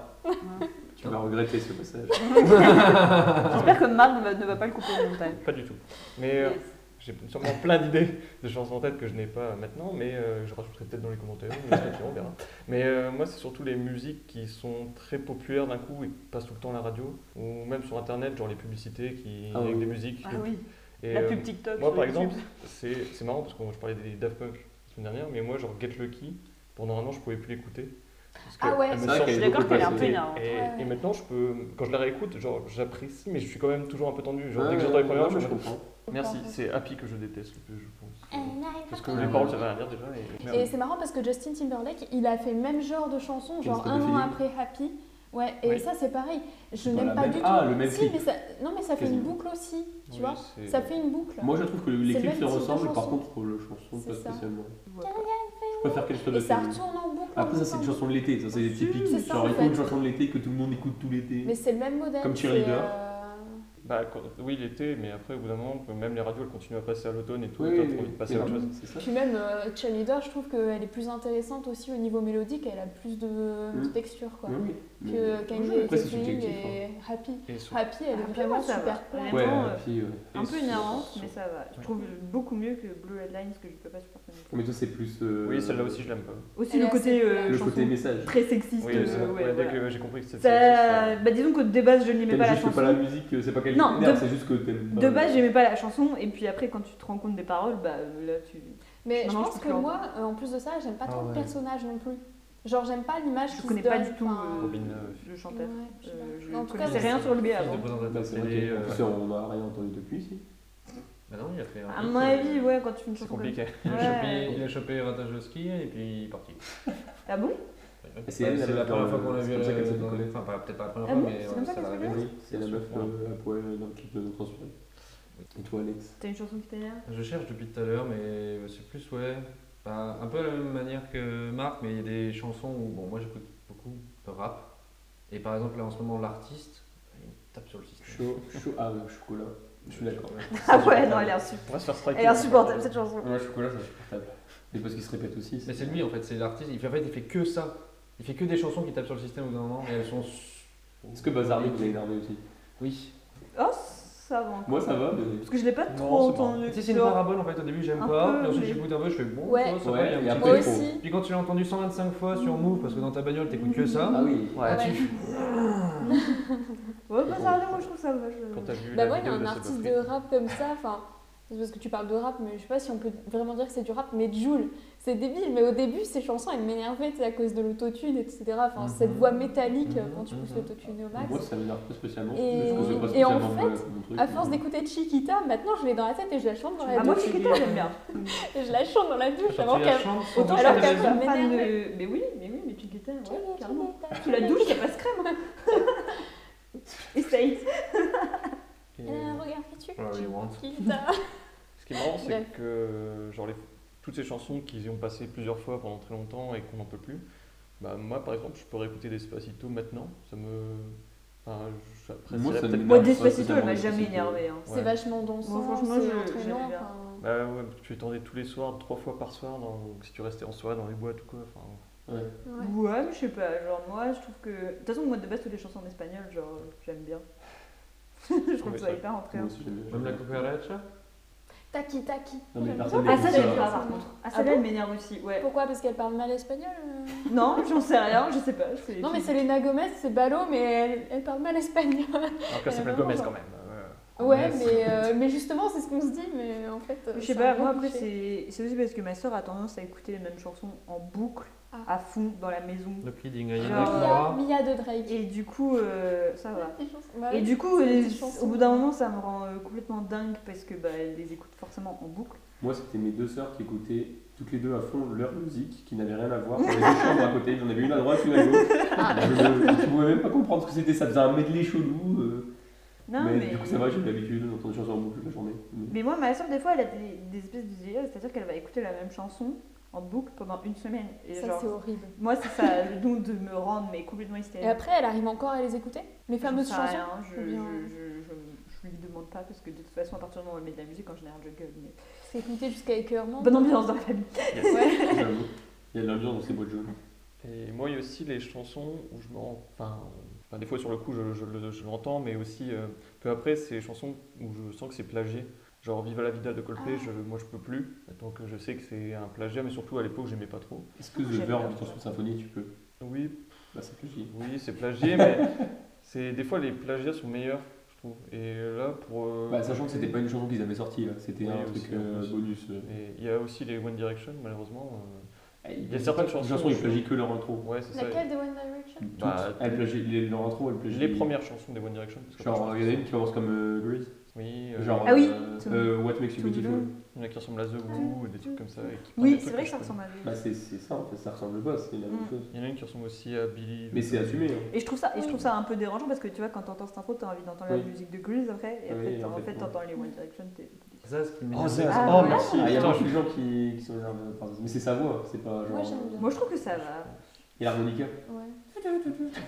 S2: tu vas regretter ce passage.
S3: J'espère que Marc ne va, ne va pas le couper au
S2: Ah.
S3: montage.
S1: Pas du tout. Mais euh,
S3: Yes.
S1: j'ai sûrement plein d'idées de chansons en tête que je n'ai pas maintenant, mais euh, je rajouterai peut-être dans les commentaires. ou dans les descriptions, on verra. Mais euh, moi, c'est surtout les musiques qui sont très populaires d'un coup et qui passent tout le temps à la radio, ou même sur Internet, genre les publicités qui,
S2: Ah
S1: avec
S2: oui.
S1: des musiques.
S3: Ah oui,
S1: Et,
S3: la
S1: euh,
S3: pub TikTok.
S1: Moi,
S3: sur
S1: par
S3: YouTube.
S1: exemple, c'est c'est marrant parce que je parlais des Daft Punk la semaine dernière, mais moi, genre Get Lucky, pendant un an, je pouvais plus l'écouter. parce que
S4: Ah ouais.
S1: elle me
S2: C'est vrai
S1: sort
S2: qu'elle
S1: du
S2: est
S1: lot.
S2: d'accord qu'elle est un
S1: Et-
S3: peu énervante.
S1: Et,
S4: Ouais.
S1: et maintenant, je peux, quand je la réécoute, genre, j'apprécie, mais je suis quand même toujours un peu tendu. Genre, dès que
S2: Ah Ouais,
S1: j'entends les premières,
S2: ouais,
S1: je,
S2: je
S1: me-
S2: comprends.
S1: Merci, c'est Happy que je déteste le plus, je pense. Parce que
S2: have
S1: les
S2: to
S1: paroles,
S2: go.
S1: ça veut rien dire déjà. Et,
S4: Ah. Et c'est marrant parce que Justin Timberlake, il a fait le même genre de chanson, genre
S2: Instead
S4: un
S2: of
S4: an
S2: Feeling.
S4: après Happy. Ouais, et
S1: Oui.
S4: ça c'est pareil. Je
S2: Dans
S4: n'aime
S2: la
S4: pas
S2: même-
S4: du tout.
S2: Ah, le même
S4: si,
S2: clip.
S4: mais ça... Non, mais ça fait une
S2: Quasiment.
S4: boucle aussi, tu
S1: Oui,
S4: vois.
S1: c'est-
S4: Ça fait une boucle.
S2: Moi, je trouve que
S4: C'est
S2: les
S4: le
S2: clips
S4: même
S2: se
S4: type de
S2: ressemblent, par
S4: chanson.
S2: contre, les chansons, pas
S4: C'est ça.
S2: spécialement.
S8: Voilà.
S2: Je préfère qu'elles soient de
S4: Et
S2: la
S4: ça
S2: famille.
S4: retourne en boucle.
S2: Après, ça, c'est
S4: en
S2: une
S4: boucle.
S2: chanson de l'été, ça, c'est des typiques.
S4: C'est ça,
S2: Genre,
S4: en
S2: il faut une
S4: fait.
S2: chanson de l'été que tout le monde écoute tout l'été.
S4: Mais c'est le même modèle.
S2: Comme
S4: c'est,
S2: Cheerleader.
S4: euh,
S1: bah, quand- oui, l'été, mais après, au bout d'un moment, même les radios, elles continuent à passer à l'automne et tout.
S2: Oui,
S1: et toi,
S2: oui,
S1: t'as envie de
S2: oui.
S1: passer à autre chose.
S2: C'est ça.
S4: Puis même euh, Cheerleader, je trouve qu'elle est plus intéressante aussi au niveau mélodique, elle a plus de, de
S2: Mm.
S4: texture quoi.
S2: Oui, oui. Mais-
S4: Que
S2: Oui,
S4: Kanye
S2: après, c'est
S4: Feeling
S2: subjectif, hein.
S4: et Happy.
S1: Et sur-
S4: Happy, elle est
S8: Happy,
S4: vraiment
S8: moi, ça
S4: super
S8: va.
S4: pleine.
S2: Ouais,
S8: Vraiment, euh,
S2: puis, ouais.
S8: Un peu énervante,
S1: sur-
S8: mais ça va. Je trouve beaucoup mieux que Blue Red Lines que je peux pas supporter. non plus.
S2: Mais toi, c'est plus. euh,
S1: Oui, celle-là aussi, je l'aime pas.
S8: Aussi
S4: Elle
S8: le
S4: est
S8: côté,
S4: assez-
S8: euh,
S2: Le
S8: chanson
S2: côté message.
S8: très sexiste.
S1: Oui,
S8: euh,
S1: c'est-
S8: ouais,
S1: ouais, dès
S8: voilà.
S1: que j'ai compris que c'était
S8: Ça-
S1: ça.
S8: bah, disons que de base je n'aimais
S2: T'aimes
S8: pas la
S2: juste que
S8: chanson.
S2: pas la musique, euh, c'est pas qu'elle
S8: Non,
S2: t'énerve,
S8: de-
S2: c'est juste que t'aimes pas.
S8: De base j'aimais pas la chanson et puis après quand tu te rends compte des paroles, bah euh, là tu.
S4: Mais
S8: Maintenant,
S4: je
S8: je
S4: pense
S8: peux
S4: que
S8: plus en
S4: moi, euh, en plus de ça, j'aime pas
S2: Ah
S4: trop
S2: ouais.
S4: le personnage non plus. Genre, j'aime pas l'image
S8: Je
S4: qui
S8: connais
S4: se
S8: pas
S4: donne,
S8: du tout
S4: enfin,
S8: euh,
S1: Robin, euh,
S8: le
S4: ouais,
S8: chanteur.
S4: je sais
S8: Euh,
S4: pas.
S8: je
S4: En tout cas,
S8: connaissais rien sur le hein. gay avant.
S5: De
S2: Bah,
S5: présentateur.
S2: c'est vrai
S1: Et,
S2: qu'en plus,
S1: euh,
S2: on n'a rien entendu depuis, si.
S5: Bah non, il a fait un.
S8: À mon avis, ouais, quand tu fais une
S1: C'est
S8: chanson comme
S1: compliqué.
S5: Il a,
S8: Ouais.
S5: chopé, il a chopé Ratajowski et puis il est parti.
S8: ça. Ah bon
S2: C'est
S5: Bah,
S2: elle,
S5: c'est
S2: la
S5: la
S2: meuf,
S5: première
S2: euh,
S5: fois qu'on l'a
S2: c'est
S5: vu.
S2: comme ça
S5: euh,
S2: qu'elle s'est
S5: dans
S2: décollée.
S5: les- Enfin, pas- peut-être pas la première
S8: Ah
S5: fois,
S8: bon
S5: mais
S8: C'est
S5: euh,
S8: comme ça
S5: ça
S8: qu'elle
S5: l'a
S8: s'est
S5: révélé.
S2: Oui, c'est la meuf euh, à poil dans le clip de Transfusion. Et toi, Alex
S8: T'as une chanson qui t'énerve
S5: Je cherche depuis tout à l'heure, mais c'est plus, ouais. bah, un peu de la même manière que Marc, mais il y a des chansons où, bon, moi j'écoute beaucoup de rap. Et par exemple, là en ce moment, l'artiste, il me tape sur le système.
S2: Chaud, chaud, ah, ouais, chocolat. Je suis d'accord.
S8: Ah ouais, non, elle est insupportable.
S1: On va se faire striker.
S8: Elle est insupportable cette chanson.
S2: Moi, chocolat, c'est insupportable. Mais parce qu'il se répète aussi.
S5: Mais c'est lui en fait, c'est l'artiste. Il fait, en fait, il fait que ça. Il fait que des chansons qui tapent sur le système au bout d'un moment, et elles sont.
S2: Est-ce que Bazardi vous a énervé aussi
S5: Oui.
S8: Oh, ça va encore.
S2: Moi, ça va, mais.
S8: Parce que je l'ai pas
S1: Non,
S8: trop
S1: c'est marrant.
S8: entendu.
S5: Tu sais, c'est une parabole en fait. Au début, j'aime
S8: Un
S5: pas.
S8: peu,
S5: puis ensuite,
S8: mais-
S5: j'écoute un peu, je fais bon,
S4: Ouais.
S5: toi, ça va,
S2: Ouais,
S5: il y a un
S2: et
S5: petit
S2: après,
S4: Moi
S5: peu.
S2: trop.
S4: aussi.
S5: Puis quand tu l'as entendu 125 fois sur Move, parce que dans ta bagnole, t'écoutes que ça.
S2: Ah oui.
S1: Ouais.
S4: Ouais.
S8: Ouais, bah ça va, moi je trouve ça va. je-
S1: Quand t'as vu
S4: Bah,
S1: la
S4: moi, il y a
S1: vidéo
S4: un
S1: de
S4: artiste
S1: Seba
S4: de
S1: Fried.
S4: rap comme ça, enfin, c'est parce que tu parles de rap, mais je sais pas si on peut vraiment dire que c'est du rap, mais Joule, c'est débile, mais au début, ces chansons, elles m'énervaient, tu sais, à cause de l'autotune, etc. Enfin, cette
S5: Mhm.
S4: voix métallique, euh, quand tu
S5: Mhm,
S4: pousses
S5: mhm.
S4: l'autotune au max.
S2: Moi, ça m'énerve pas spécialement.
S4: Et-
S2: parce que c'est pas
S4: et en
S2: spécialement mon- mon truc,
S4: À
S2: mais-
S4: force d'écouter Chiquita, maintenant je l'ai dans la tête et je la chante dans la
S8: Ah, moi,
S4: douche.
S8: Chiquita, j'aime bien.
S4: Et je la chante dans la douche
S5: Quand
S4: avant
S5: tu la
S4: qu'elle.
S5: chantes,
S8: Autant
S4: Alors
S8: je suis
S4: qu'elle
S8: pas fan
S4: m'énerve.
S8: de. Mais oui, mais oui, mais Chiquita, ouais, carrément. Sous la douche,
S4: Euh,
S8: y'a pas de crème. hein. Essaye.
S1: Et, euh,
S4: Euh, Regarde qui tu es.
S5: Whatever you want.
S4: Chiquita.
S1: Ce qui est marrant,
S4: Ouais.
S1: c'est que genre, les- toutes ces chansons qu'ils y ont passées plusieurs fois pendant très longtemps et qu'on n'en peut plus, bah, moi par exemple, je peux réécouter Despacito maintenant. Ça me. Enfin,
S2: Moi,
S1: j'apprécierais
S2: ça
S1: peut-être
S8: Moi,
S2: m'énerve.
S8: Despacito, elle m'a
S2: Despacito.
S8: jamais énervé. hein.
S4: C'est
S1: Ouais.
S4: vachement dansant,
S8: Moi, franchement,
S4: c'est
S8: je-
S4: entraînant.
S8: j'aimais bien.
S4: enfin.
S1: Bah ouais, tu étendais tous les soirs, trois fois par soir, dans- si tu restais en soirée dans les boîtes ou quoi. Enfin,
S2: Ouais.
S8: Ouais, mais je sais pas, genre moi je trouve que. De toute façon, moi de base, toutes les chansons en espagnol, genre j'aime bien. je trouve
S1: Ouais,
S8: que ça
S1: ouais.
S8: hyper entraînant.
S2: Moi aussi, j'aime bien.
S5: Même la cucaracha
S4: Taki taki.
S2: Non, mais
S4: J'aime
S2: personne
S4: bien.
S8: Ah,
S2: n'écoute
S8: ça j'aime pas
S4: ça.
S8: par contre. Ah,
S4: Ah
S8: celle-là
S4: bon
S8: elle m'énerve aussi, ouais.
S4: Pourquoi Parce qu'elle parle mal espagnol euh
S8: Non, j'en sais rien, je sais pas. c'est-
S4: Non, mais Selena Gomez, c'est ballot, mais elle, elle parle mal espagnol.
S7: Alors que là,
S4: Euh,
S7: c'est plein de
S4: vraiment,
S7: Gomez
S4: genre-
S7: quand même. euh,
S4: Ouais,
S7: Gomez.
S4: mais, euh, mais justement, c'est ce qu'on se dit, mais en fait. euh,
S8: Je sais
S4: c'est
S8: pas,
S4: un
S8: moi
S4: gros
S8: après
S4: cliché.
S8: c'est c'est aussi parce que ma soeur a tendance à écouter les mêmes chansons en boucle,
S4: Ah.
S8: à fond, dans la maison.
S5: Le kidding,
S8: Genre,
S4: Mia, Mia de Drake.
S8: Et du coup, euh, ça va.
S4: Des chansons- bah
S8: Et
S4: oui,
S8: du coup,
S4: c'est des
S8: euh,
S4: chansons.
S8: au bout d'un moment, ça me rend euh, complètement dingue parce que bah, elle les écoute forcément en boucle.
S2: Moi, c'était mes deux sœurs qui écoutaient toutes les deux à fond leur musique, qui n'avait rien à voir. On avait deux chambres à côté, j'en avais une à droite, une à gauche. Je ne pouvais même pas comprendre ce que c'était, ça faisait un medley chelou. euh.
S8: Non,
S2: mais,
S8: mais,
S2: du coup, ça va, j'ai l'habitude d'entendre des chansons en boucle toute la journée. Mais-
S8: mais moi, ma soeur, des fois, elle a des, des espèces de délire, c'est-à-dire qu'elle va écouter la même chanson en boucle pendant une semaine. Et
S4: Ça,
S8: genre,
S4: c'est horrible.
S8: moi, c'est ça le don de me rendre mais complètement hystérique.
S4: Et après, elle arrive encore à les écouter Les
S8: J'en
S4: fameuses
S8: sais
S4: chansons
S8: rien, je,
S4: ou bien-
S8: je, je, je- je lui demande pas parce que de toute façon, à partir du moment où elle met de la musique, en général, je gueule. Mais...
S4: C'est écouté jusqu'à écœurement.
S8: Bonne ambiance dans la famille.
S2: Ah,
S4: Ouais.
S2: J'avoue, Il y a de l'ambiance dans ces boîtes jaunes.
S1: Et moi, il y a aussi les chansons où je m'en. Enfin, enfin, des fois sur le coup, je, je le- je l'entends, mais aussi euh, peu après, c'est les chansons où je sens que c'est plagié. Genre Viva la Vida de Coldplay,
S4: Ah.
S1: je, moi je peux plus. Donc je sais que c'est un plagiat, mais surtout à l'époque, j'aimais pas trop.
S2: Est-ce que
S8: J'aime
S2: The
S8: bien.
S2: Verve du Tension Symphonie, tu peux
S1: Oui,
S2: Bah, c'est plus chiant.
S1: oui, c'est plagié, mais c'est des fois les plagiats sont meilleurs, je trouve. Et là, pour. euh,
S2: Bah, sachant que c'était pas une chanson qu'ils avaient sortie, là. c'était
S1: Oui,
S2: un
S1: aussi,
S2: truc
S1: en
S2: euh,
S1: plus.
S2: bonus. euh.
S1: et il y a aussi les One Direction, malheureusement.
S2: Il
S1: Ah, y a certaines chansons
S2: Les chansons, ils
S1: où-
S2: plagient que leur intro.
S1: euh, ouais, c'est ça.
S4: Laquelle des One Direction
S2: Toutes,
S1: Bah,
S2: elles plagient les- leur intro, elles plagient.
S1: Les premières chansons des One Direction. parce que
S2: Genre,
S1: après,
S2: il y en a une qui commence comme euh, Grease.
S1: Oui, euh,
S2: Genre,
S8: Ah oui,
S2: euh,
S8: To-
S2: euh, What Makes You
S8: To
S2: Beautiful.
S8: Belong.
S1: Il y en a qui ressemblent à The Who, et des trucs comme ça. et qui prennent
S8: Oui,
S1: des
S8: c'est
S1: trucs
S8: vrai que
S1: je
S8: ça
S1: connais.
S8: ressemble à
S2: Bah, c'est c'est ça, en fait, ça ressemble pas, c'est la même
S8: Mm.
S2: chose.
S1: Il y en a une qui ressemble aussi à Billy.
S2: Mais c'est assumé. hein.
S8: Et je trouve ça, et je trouve ça un peu dérangeant parce que tu vois, quand t'entends cette info, t'as envie d'entendre
S2: Oui.
S8: la musique de Grease après, et après,
S2: Oui,
S8: t'en-
S2: en
S8: en
S2: fait,
S8: fait,
S2: ouais.
S8: t'entends les One Direction, t'es.
S5: Zaz qui
S1: Oh, Zaz.
S8: Ah,
S1: oh,
S8: ouais.
S1: merci.
S2: Ah, Il y a
S1: Putain,
S2: beaucoup de gens qui, qui sont énervés par ça. Mais c'est sa voix, c'est pas genre. euh,
S4: Moi, j'aime bien.
S8: Moi, je trouve que ça va.
S2: Et l'harmonica.
S4: Ouais.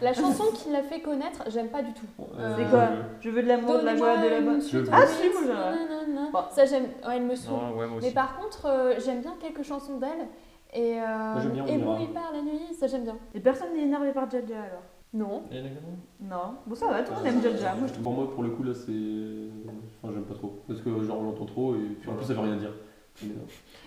S4: La chanson qui l'a fait connaître, j'aime pas du tout.
S2: Euh,
S8: C'est quoi Je veux de l'amour, de la joie, de la bonne. Ah, si, moi, j'aurais.
S4: j'aime. Ça, j'aime. Ouais, elle me
S1: je-
S4: saoule.
S1: Non, ouais, moi
S4: Mais
S1: aussi.
S4: par contre, euh, j'aime bien quelques chansons d'elle. Et, euh,
S2: Moi, j'aime bien
S4: et
S2: Mira.
S4: Brouille par la nuit, ça j'aime bien.
S8: Et personne n'est énervé par Jaja alors
S4: Non.
S1: Et les garçons
S8: Non. Bon, ça va, tout le monde aime Jaja. Moi, je
S2: Pour moi, pour le coup, là, c'est. Enfin, j'aime pas trop. Parce que, genre, on l'entend trop et puis en plus, ça veut rien dire. Mais non.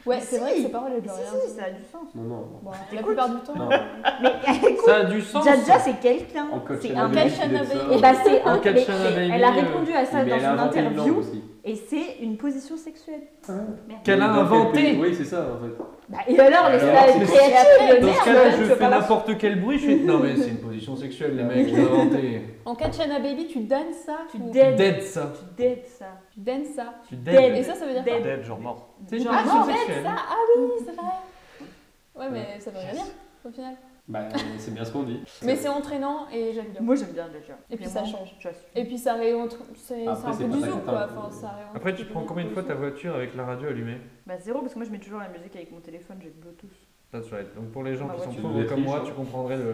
S4: Ouais,
S8: Mais
S4: c'est
S8: si.
S4: vrai que ses paroles elles
S8: trouve.
S4: veulent rien
S8: Si, si,
S4: dire.
S8: ça a du sens.
S2: Non, non.
S4: Bon, la
S8: T'écoutes.
S4: plupart du temps. euh,
S2: Non.
S8: Mais écoute,
S5: Ça a du sens
S8: Jaja, c'est quelqu'un.
S2: En coach
S8: C'est
S2: elle
S8: un
S2: avait
S4: coach
S2: décidé de
S4: elle
S2: ça.
S4: avait-
S8: Et bah, c'est
S5: En
S8: un.
S5: Catch
S8: mais-
S5: and
S8: mais
S5: Baby,
S8: elle a
S5: euh,
S8: répondu à ça
S2: Mais
S8: dans
S2: elle a
S8: son
S2: inventé une langue
S8: interview
S2: aussi.
S8: et c'est une position sexuelle. Merde.
S5: qu'elle a
S2: Dans quel pays-
S5: inventé.
S2: Oui, c'est ça, en fait.
S8: Bah, et alors, les
S2: Alors,
S8: la
S2: c'est-
S4: créative,
S5: Dans
S4: merde,
S5: ce cas-là,
S4: hein,
S5: je
S4: tu peux
S5: fais
S4: pas la-
S5: n'importe quel bruit, je fais. Non, mais c'est une position sexuelle, les mecs, j'ai inventé.
S4: En cas de Shanna Baby, tu donnes ça.
S8: Tu
S4: ou-
S8: dead.
S5: Dead ça.
S8: Tu dead ça.
S4: Tu donnes ça.
S5: Tu
S8: Dead.
S4: Et ça, ça veut dire
S8: Dead.
S4: quoi
S1: Dead, genre mort.
S5: C'est une
S8: Genre,
S4: Ah,
S5: position
S4: tu donnes
S5: sexuelle.
S4: ça Ah oui, c'est vrai. Ouais, mais ça veut rien dire au final.
S2: Bah, c'est bien ce qu'on dit.
S4: Mais c'est entraînant et j'aime bien.
S8: Moi, j'aime bien Jaja.
S4: Et puis, ça change.
S8: J'assume.
S4: Et puis ça réentre. C'est c'est
S2: Après,
S4: un
S2: c'est
S4: peu
S2: pas
S4: du
S2: très
S4: zouk
S2: content.
S4: quoi. Enfin, ça réentre-
S5: Après, tu prends combien de fois ta voiture avec la radio allumée
S8: Bah, zéro, parce que moi, je mets toujours la musique avec mon téléphone, j'ai le Bluetooth.
S5: That's right. Donc pour les gens
S8: Ma
S5: qui sont
S2: voiture.
S5: pauvres comme moi,
S2: Tu hein.
S5: tu comprendrais le.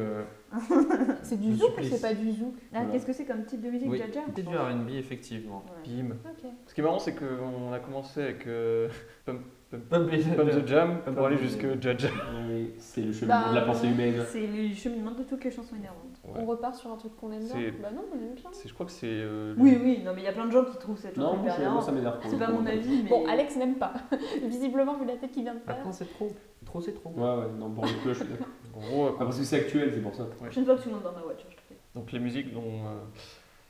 S4: C'est du
S5: Le
S4: zouk ou
S5: supplice.
S4: c'est pas du zouk
S8: Ah,
S2: Voilà.
S8: qu'est-ce que c'est comme type de musique,
S5: Oui,
S8: Jaja
S5: c'est du RB, effectivement.
S8: Ouais.
S1: Bim.
S4: Ok.
S1: Ce qui est marrant, c'est qu'on a commencé avec euh, Pump, Pump,
S5: Pump it.
S1: Pump the Jam
S5: Pump
S1: pour
S5: up
S1: aller
S5: the
S1: jusque
S5: jam.
S1: Jaja.
S2: Oui, C'est le chemin de la
S4: Bah,
S2: pensée humaine.
S8: C'est le cheminement de toutes les chansons énervantes.
S1: Ouais.
S4: On repart sur un truc qu'on aime bien.
S1: C'est-
S4: Bah non, on aime bien.
S1: C'est- Je crois que c'est. euh, le-
S8: Oui, oui, non, mais il y a plein de gens qui trouvent cette
S2: Non,
S8: chanson
S2: moi,
S8: hyper
S2: je- moi, ça
S8: énervante.
S2: m'énerve. pour
S8: C'est
S2: le
S8: pas
S2: coup.
S8: mon avis, mais.
S4: Bon, Alex n'aime pas. Visiblement, vu la tête qu'il vient de faire.
S5: Maintenant, Ah c'est trop. Trop, c'est trop.
S2: Ouais, ouais, non, pour le coup, là, je suis d'accord.
S1: En gros, euh,
S2: Ah, parce que c'est actuel, c'est pour ça.
S8: La prochaine fois que tu montes dans ma voiture, je te fais.
S1: donc les musiques dont, euh,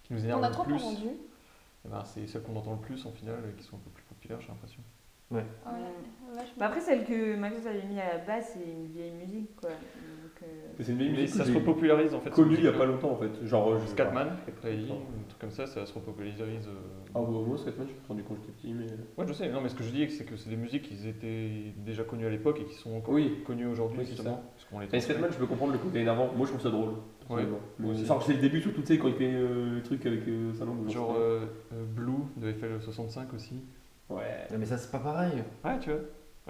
S1: qui nous énervent
S4: On a
S1: le
S4: trop
S1: plus,
S4: entendu.
S1: eh ben, c'est celles qu'on entend le plus en final et qui sont un peu plus populaires, j'ai l'impression.
S4: Ouais, vachement.
S8: Bah, après, celle que Maxence avait mis à la base, c'est une vieille musique, quoi. Donc, euh,
S2: C'est une vieille
S1: Mais
S2: musique
S1: ça
S2: que
S1: se
S2: j'ai
S1: repopularise en fait.
S2: connue
S1: ces
S2: il y a pas
S1: musiques-là.
S2: longtemps, en fait. Genre, euh, je
S1: Scatman, Play, un truc comme ça, ça se repopularise. euh,
S2: Ah, bah, moi, Scatman, je me suis rendu compte que j'étais petit, mais. euh.
S1: Ouais, je sais, non, mais ce que je dis, c'est que c'est des musiques qui étaient déjà connues à l'époque et qui sont encore
S2: Oui.
S1: connues aujourd'hui,
S2: Oui, c'est
S1: justement. Parce qu'on les
S2: Et
S1: transmet.
S2: Scatman, je peux comprendre le côté énervant. Moi, je trouve ça drôle. personnellement.
S1: moi aussi.
S2: Enfin, c'est le début, surtout, tu sais, quand il fait euh, le truc avec euh, sa langue.
S1: Genre euh, euh, Blue de FL65 aussi.
S2: Ouais.
S5: Non, mais ça, c'est pas pareil.
S1: Ouais, tu vois.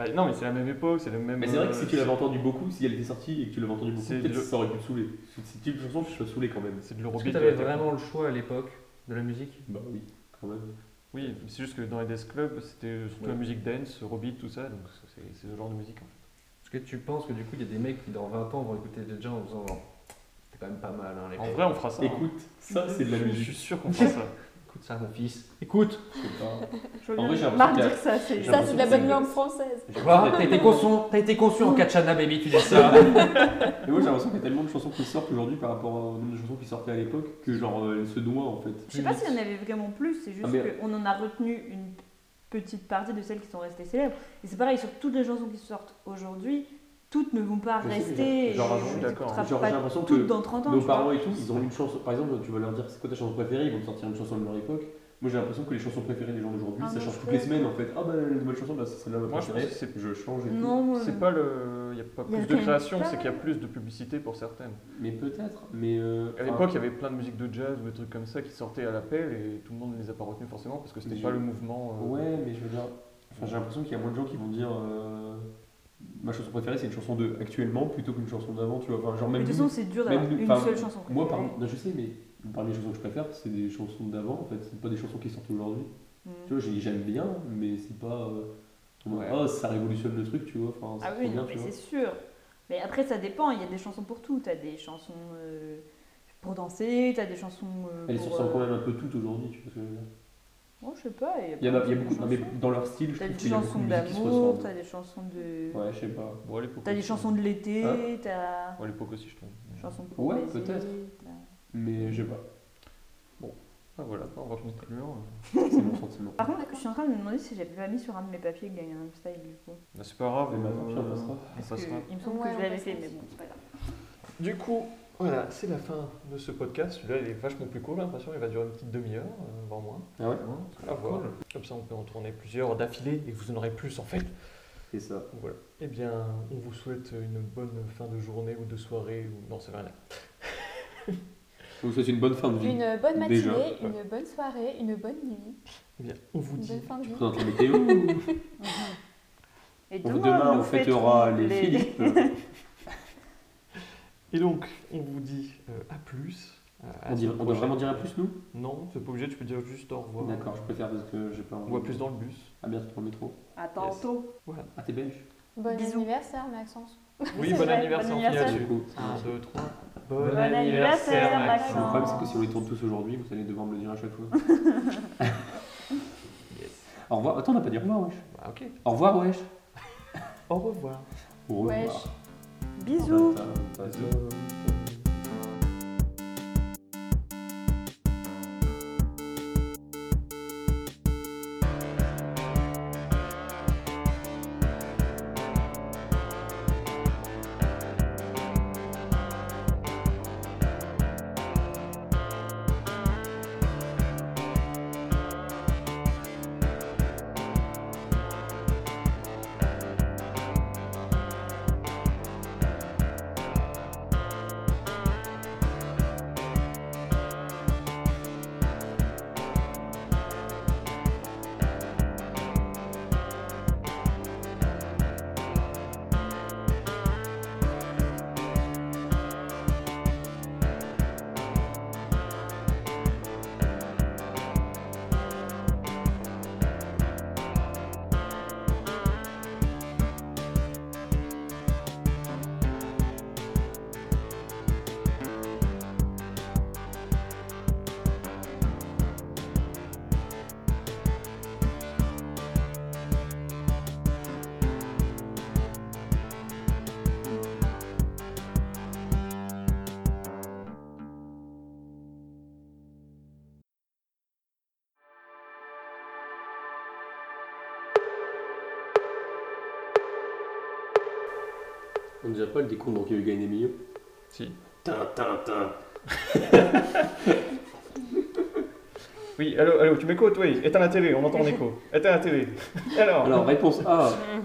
S1: Ouais, non, mais c'est la même époque, c'est le même.
S2: Mais c'est vrai que
S1: euh,
S2: si tu l'avais entendu beaucoup, si elle était sortie et que tu l'avais entendu beaucoup,
S1: C'est
S2: peut-être
S1: le-
S2: ça aurait pu te saouler. C'est type de chanson, je suis saoulé quand même.
S1: C'est de
S5: Est-ce que
S1: l'Eurobeat.
S5: t'avais
S1: de la techno.
S5: vraiment le choix à l'époque de la musique
S2: Bah oui, quand même.
S1: Oui, c'est juste que dans les Death Club, c'était surtout
S5: Ouais.
S1: la musique hein. dance, Eurobeat, tout ça, donc c'est c'est ce genre de musique en fait.
S5: Parce que tu penses que du coup, il y a des mecs qui dans 20 ans vont écouter déjà en faisant genre, c'est quand même pas mal, hein, les
S1: En
S5: mecs.
S1: vrai, on fera ça. hein.
S2: Ah. Écoute, ça c'est de la
S1: Je- Je
S2: musique.
S1: suis sûr qu'on fera ça.
S5: Écoute ça, mon fils. Écoute
S8: Je reviens.
S2: En vrai, j'ai l'impression
S8: Marre de
S2: qu'il y a-
S8: dire ça, c'est.
S2: j'ai
S4: Ça, c'est de la bonne langue française.
S2: J'ai
S5: Tu vois,
S2: l'impression
S5: T'as
S2: qu'il y
S5: été
S2: a-
S5: conçu, t'as été conçu en Kachana, baby, tu dis ça.
S2: Et moi j'ai l'impression qu'il y a tellement de chansons qui sortent aujourd'hui par rapport au nombre de chansons qui sortaient à l'époque que genre euh, elles se noient en fait.
S8: Je sais pas s'il y en avait vraiment plus, c'est juste
S2: Ah, mais-
S8: qu'on en a retenu une petite partie de celles qui sont restées célèbres. Et c'est pareil, sur toutes les chansons qui sortent aujourd'hui, toutes ne vont pas
S2: Je sais,
S8: rester.
S2: genre,
S8: et
S2: je suis
S8: on
S1: d'accord.
S8: écoutera
S2: Genre,
S8: pas
S2: j'ai l'impression
S8: toutes
S2: que
S8: dans 30 ans.
S2: Nos
S8: tu vois.
S2: parents et tout, ils ont une chanson. Par exemple, tu vas leur dire c'est quoi ta chanson préférée, ils vont te sortir une chanson de leur époque. Moi j'ai l'impression que les chansons préférées des gens d'aujourd'hui,
S8: Ah,
S2: ça
S8: moi,
S2: change
S8: je
S2: toutes les
S8: trouve.
S2: semaines en fait. Ah bah la nouvelle chanson, bah, c'est celle-là ma
S1: Moi, je
S2: préférée.
S1: pense que
S2: Je change et tout.
S8: Non, moi,
S1: C'est pas le. Il n'y a pas
S8: Il y a
S1: plus
S8: quand
S1: de
S8: même
S1: création,
S8: pas-
S1: c'est qu'il y a plus de publicité pour certaines.
S2: Mais peut-être, mais. euh,
S1: À
S2: enfin,
S1: l'époque, il y avait plein de musique de jazz ou des trucs comme ça qui sortaient à l'appel et tout le monde ne les a pas retenus forcément parce que c'était
S2: Mais
S1: pas
S2: je-
S1: le mouvement. euh,
S2: Ouais, mais je veux dire. Enfin, j'ai l'impression qu'il y a moins de gens qui vont dire. euh, Ma chanson préférée, c'est une chanson de actuellement plutôt qu'une chanson d'avant, tu vois. Enfin, genre
S8: Mais
S2: même.
S8: de toute
S2: nous,
S8: façon, c'est dur
S2: même
S8: d'avoir
S2: nous,
S8: une
S2: enfin,
S8: seule chanson.
S2: Moi,
S8: préférée.
S2: pardon, non, je sais, mais parmi les chansons que je préfère, c'est des chansons d'avant, en fait. C'est pas des chansons qui sortent aujourd'hui.
S8: Mm.
S2: Tu vois, j'ai- j'aime bien, mais c'est pas. euh, en mode,
S1: Ouais.
S2: Oh, ça révolutionne le truc, tu vois. Enfin, c'est
S8: Ah
S2: trop
S8: oui,
S2: bien,
S8: non,
S2: tu
S8: mais
S2: vois.
S8: c'est sûr. Mais après, ça dépend. Il y a des chansons pour tout. T'as des chansons euh, pour danser, t'as des chansons. euh,
S2: Elles se
S8: pour,
S2: ressemblent quand
S8: euh,
S2: même un peu toutes aujourd'hui, tu vois. ce que je veux dire.
S8: oh, je sais pas.
S2: Il y en a, il y a
S8: plein de
S2: beaucoup, non, mais
S8: chansons.
S2: dans leur style, je
S8: T'as
S2: trouve
S8: des
S2: qu'il y a beaucoup
S8: chansons
S2: de musique qui se
S8: d'amour,
S2: ressemble.
S8: t'as des chansons de.
S2: Ouais, je sais pas.
S1: Bon, à l'époque
S8: T'as des
S1: aussi.
S8: chansons de l'été,
S2: Hein
S8: t'as.
S1: Bon, à l'époque aussi, je trouve.
S8: des chansons pour.
S2: Ouais,
S8: baiser,
S2: peut-être.
S8: t'as-
S2: Mais je sais pas.
S1: Ah voilà, on va conclure.
S2: C'est mon sentiment.
S8: Par contre, je suis en train de me demander si j'avais pas mis sur un de mes papiers de Gangnam Style du coup.
S1: Bah, c'est pas grave,
S2: Mais bah,
S1: euh,
S2: tant pis, on passera.
S1: on
S8: Parce que
S1: passera.
S8: il me semble
S4: Ouais,
S8: que je
S4: on
S8: l'avais
S4: passera
S8: fait, mais
S4: aussi.
S8: bon, c'est pas grave.
S1: Du coup, voilà, c'est la fin de ce podcast. Celui-là, il est vachement plus court, j'ai l'impression. Il va durer une petite demi-heure, euh, voire moins.
S2: Ah ouais
S1: À voir. Comme ça, on peut en tourner plusieurs d'affilée et vous en aurez plus en fait.
S2: C'est ça.
S1: Donc Voilà. Eh bien, on vous souhaite une bonne fin de journée ou de soirée. Ou... Non, c'est vrai. là.
S2: Je vous souhaite une bonne fin de vie.
S4: Une bonne matinée,
S2: Déjà,
S4: une bonne soirée, une bonne nuit,
S1: Eh bien, on vous
S4: une
S1: dit
S4: bonne fin de vie.
S2: Présente la météo.
S8: Et
S2: Demain, demain
S8: nous
S2: on fêtera
S8: fêterons
S2: les Philippe.
S1: Et donc, on vous dit euh, à plus. euh, à
S2: on,
S1: la
S2: dit-
S1: semaine
S2: on doit vraiment
S1: prochaine.
S2: dire à plus, nous
S1: Non, c'est pas obligé, tu peux dire juste au revoir.
S2: D'accord, je préfère parce que j'ai pas envie.
S1: Ou à plus dans le bus.
S2: À bientôt dans le métro.
S8: À tantôt.
S2: Ah, t'es belge
S4: Bon
S8: Bisous.
S4: anniversaire, Maxence.
S1: Oui,
S8: c'est
S1: bon
S8: vrai,
S1: anniversaire,
S8: bon
S1: on finit
S8: anniversaire.
S1: là-dessus.
S2: Du coup,
S1: 1, 2, 3.
S8: Bon anniversaire,
S2: Le
S8: Maxence.
S2: problème, c'est que si on les tourne tous aujourd'hui, vous allez devoir me le dire à chaque fois.
S1: Yes.
S2: Au revoir. Attends, on n'a pas dit au revoir, wesh.
S1: Bah, ok.
S2: Au revoir, wesh.
S1: Au revoir.
S2: Au revoir.
S4: Wesh.
S8: Bisous.
S2: Attends, attends. On dirait pas le décompte, donc il y a eu gagné milieu.
S1: Si.
S2: Tintin, tintin.
S1: Oui, allô, allô, tu m'écoutes, oui. Éteins la télé, on entend en écho. Éteins la télé. Alors.
S2: Alors, réponse A.